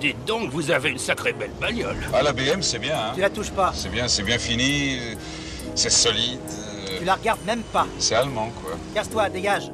Dites donc, vous avez une sacrée belle bagnole. Ah, la BM, c'est bien, hein Tu la touches pas. C'est bien, c'est bien fini, euh, c'est solide, euh, Tu la regardes même pas. c'est allemand, quoi. Casse-toi, dégage.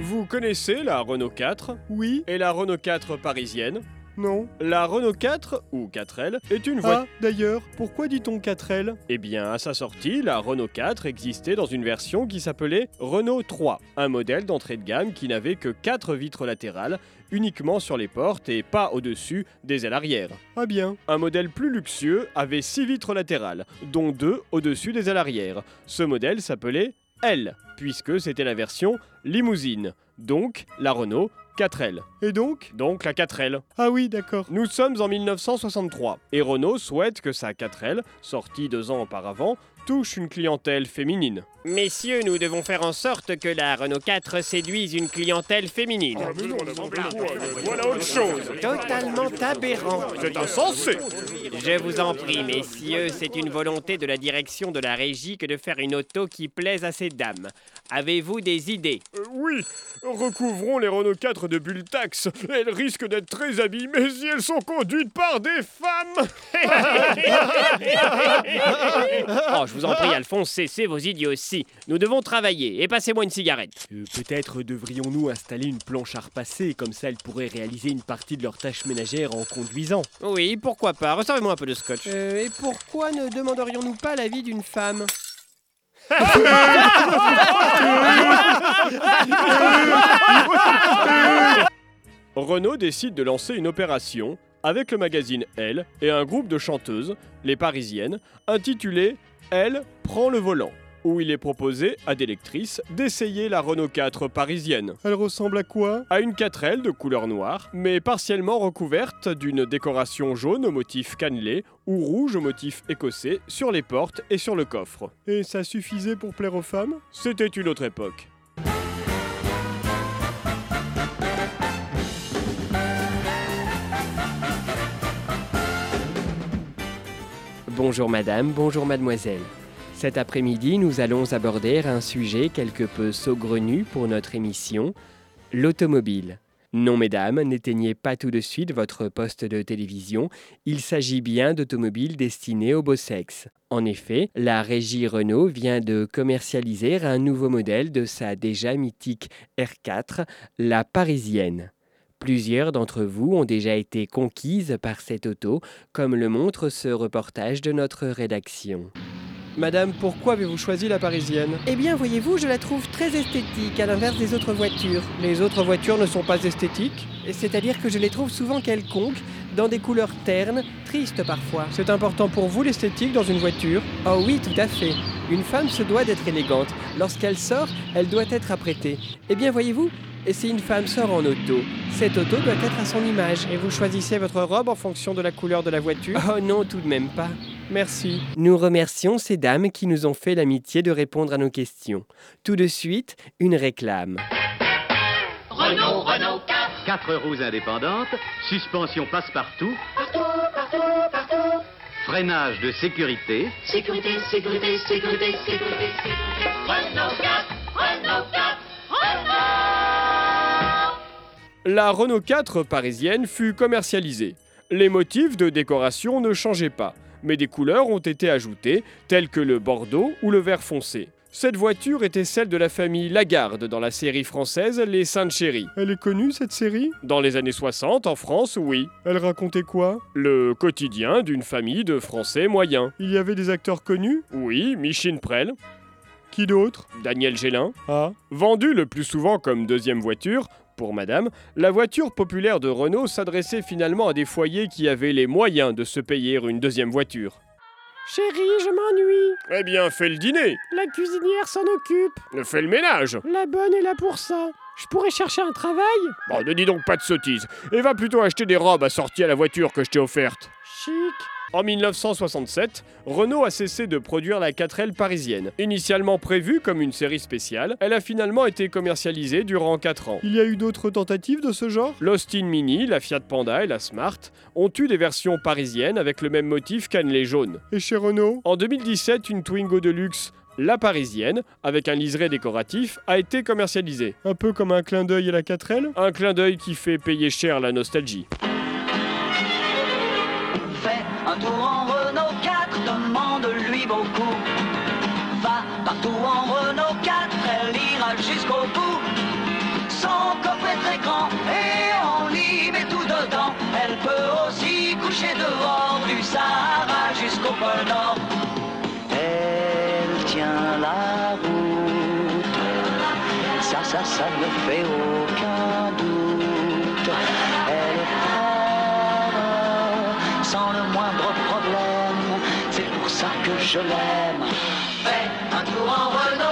Vous connaissez la Renault 4 Oui, et la Renault 4 parisienne non. La Renault 4, ou 4L, est une voiture... Ah, d'ailleurs, pourquoi dit-on 4L Eh bien, à sa sortie, la Renault 4 existait dans une version qui s'appelait Renault 3, un modèle d'entrée de gamme qui n'avait que 4 vitres latérales, uniquement sur les portes et pas au-dessus des ailes arrière. Ah bien. Un modèle plus luxueux avait 6 vitres latérales, dont 2 au-dessus des ailes arrière. Ce modèle s'appelait L, puisque c'était la version limousine, donc la Renault 4L, Et donc donc la 4L. Ah oui, d'accord. Nous sommes en 1963 et Renault souhaite que sa 4L, sortie deux ans auparavant, touche une clientèle féminine. Messieurs, nous devons faire en sorte que la Renault 4 séduise une clientèle féminine. Ah, euh, Voilà autre chose. Totalement aberrant. C'est insensé. Je vous en prie, messieurs, c'est une volonté de la direction de la régie que de faire une auto qui plaise à ces dames. Avez-vous des idées Euh, oui, recouvrons les Renault 4 de bulles taxes. Elles risquent d'être très abîmées si elles sont conduites par des femmes. Oh, je vous en prie, Alphonse, cessez vos idioties. Nous devons travailler et passez-moi une cigarette. Euh, Peut-être devrions-nous installer une planche à repasser, comme ça elles pourraient réaliser une partie de leurs tâches ménagères en conduisant. Oui, pourquoi pas Resservez-moi un peu de scotch. Euh, et pourquoi ne demanderions-nous pas l'avis d'une femme Renault décide de lancer une opération avec le magazine Elle et un groupe de chanteuses, les Parisiennes, intitulée Elle prend le volant, où il est proposé à des lectrices d'essayer la Renault 4 parisienne, Elle ressemble à quoi à une 4L de couleur noire, mais partiellement recouverte d'une décoration jaune au motif cannelé ou rouge au motif écossais sur les portes et sur le coffre. Et ça suffisait pour plaire aux femmes C'était une autre époque. Bonjour madame, bonjour mademoiselle. Cet après-midi, nous allons aborder un sujet quelque peu saugrenu pour notre émission, l'automobile. Non mesdames, n'éteignez pas tout de suite votre poste de télévision, il s'agit bien d'automobiles destinées au beau sexe. En effet, la régie Renault vient de commercialiser un nouveau modèle de sa déjà mythique R4, la parisienne. Plusieurs d'entre vous ont déjà été conquises par cette auto comme le montre ce reportage de notre rédaction. Madame, pourquoi avez-vous choisi la parisienne Eh bien, voyez-vous, je la trouve très esthétique, à l'inverse des autres voitures. Les autres voitures ne sont pas esthétiques Et C'est-à-dire que je les trouve souvent quelconques, dans des couleurs ternes, tristes parfois. C'est important pour vous l'esthétique dans une voiture Oh oui, tout à fait. Une femme se doit d'être élégante. Lorsqu'elle sort, elle doit être apprêtée. Eh bien, voyez-vous, et si une femme sort en auto, cette auto doit être à son image. Et vous choisissez votre robe en fonction de la couleur de la voiture Oh non, tout de même pas. Merci. Nous remercions ces dames qui nous ont fait l'amitié de répondre à nos questions. Tout de suite, une réclame. Renault, Renault 4. Quatre roues indépendantes, suspension passe-partout, Partout, partout, partout. freinage de sécurité. Sécurité, sécurité, sécurité, sécurité, sécurité. Renault 4. Renault 4. Renault. La Renault 4 parisienne fut commercialisée. Les motifs de décoration ne changeaient pas, mais des couleurs ont été ajoutées, telles que le bordeaux ou le vert foncé. Cette voiture était celle de la famille Lagarde dans la série française Les Saintes Chéries. Elle est connue, cette série Dans les années 60, en France, oui, Elle racontait quoi le quotidien d'une famille de Français moyens. Il y avait des acteurs connus Oui, Michine Prel, Qui d'autre Daniel Gélin. Ah, Vendue le plus souvent comme deuxième voiture, pour madame, la voiture populaire de Renault s'adressait finalement à des foyers qui avaient les moyens de se payer une deuxième voiture. Chérie, je m'ennuie. Eh bien, fais le dîner, La cuisinière s'en occupe. fais le ménage. La bonne est là pour ça. Je pourrais chercher un travail Bon, ne dis donc pas de sottises, et va plutôt acheter des robes assorties à la voiture que je t'ai offerte. Chic. En 1967, Renault a cessé de produire la 4L parisienne. Initialement prévue comme une série spéciale, elle a finalement été commercialisée durant 4 ans. il y a eu d'autres tentatives de ce genre L'Austin Mini, la Fiat Panda et la Smart ont eu des versions parisiennes avec le même motif cannelé jaune. Et chez Renault En 2017, une Twingo de luxe la Parisienne, avec un liseré décoratif, a été commercialisée. Un peu comme un clin d'œil à la 4L Un clin d'œil qui fait payer cher la nostalgie. Fais un tour en Renault 4, demande-lui beaucoup. Va partout en Renault 4, elle ira jusqu'au bout. Son coffre est très grand et on y met tout dedans. Elle peut aussi coucher dehors du Sahara jusqu'au pôle Nord. Elle tient la route, ça, ça, ça ne fait aucun doute. Elle est folle, sans le moindre problème, c'est pour ça que je l'aime. Fais un tour en Renault.